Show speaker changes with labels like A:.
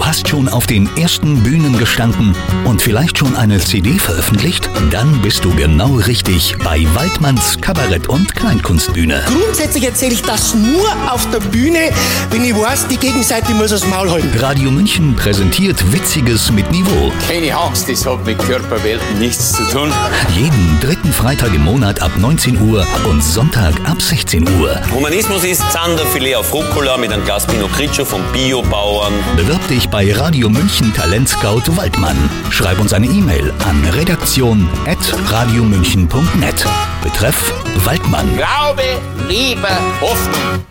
A: Hast schon auf den ersten Bühnen gestanden und vielleicht schon eine CD veröffentlicht? Dann bist du genau richtig bei Waldmanns Kabarett- und Kleinkunstbühne.
B: Grundsätzlich erzähle ich das nur auf der Bühne, wenn ich weiß, die Gegenseite muss das Maul halten.
A: Radio München präsentiert Witziges mit Niveau.
C: Keine Angst, das hat mit Körperwelten nichts zu tun.
A: Jeden dritten Freitag im Monat ab 19 Uhr und Sonntag ab 16 Uhr.
D: Humanismus ist Zanderfilet auf Rucola mit einem Glas Pinot Grigio von Biobauern.
A: Bewirb dich bei Radio München Talentscout Waldmann. Schreib uns eine E-Mail an redaktion.radiomünchen.net. Betreff Waldmann.
C: Glaube, Liebe, Hoffnung.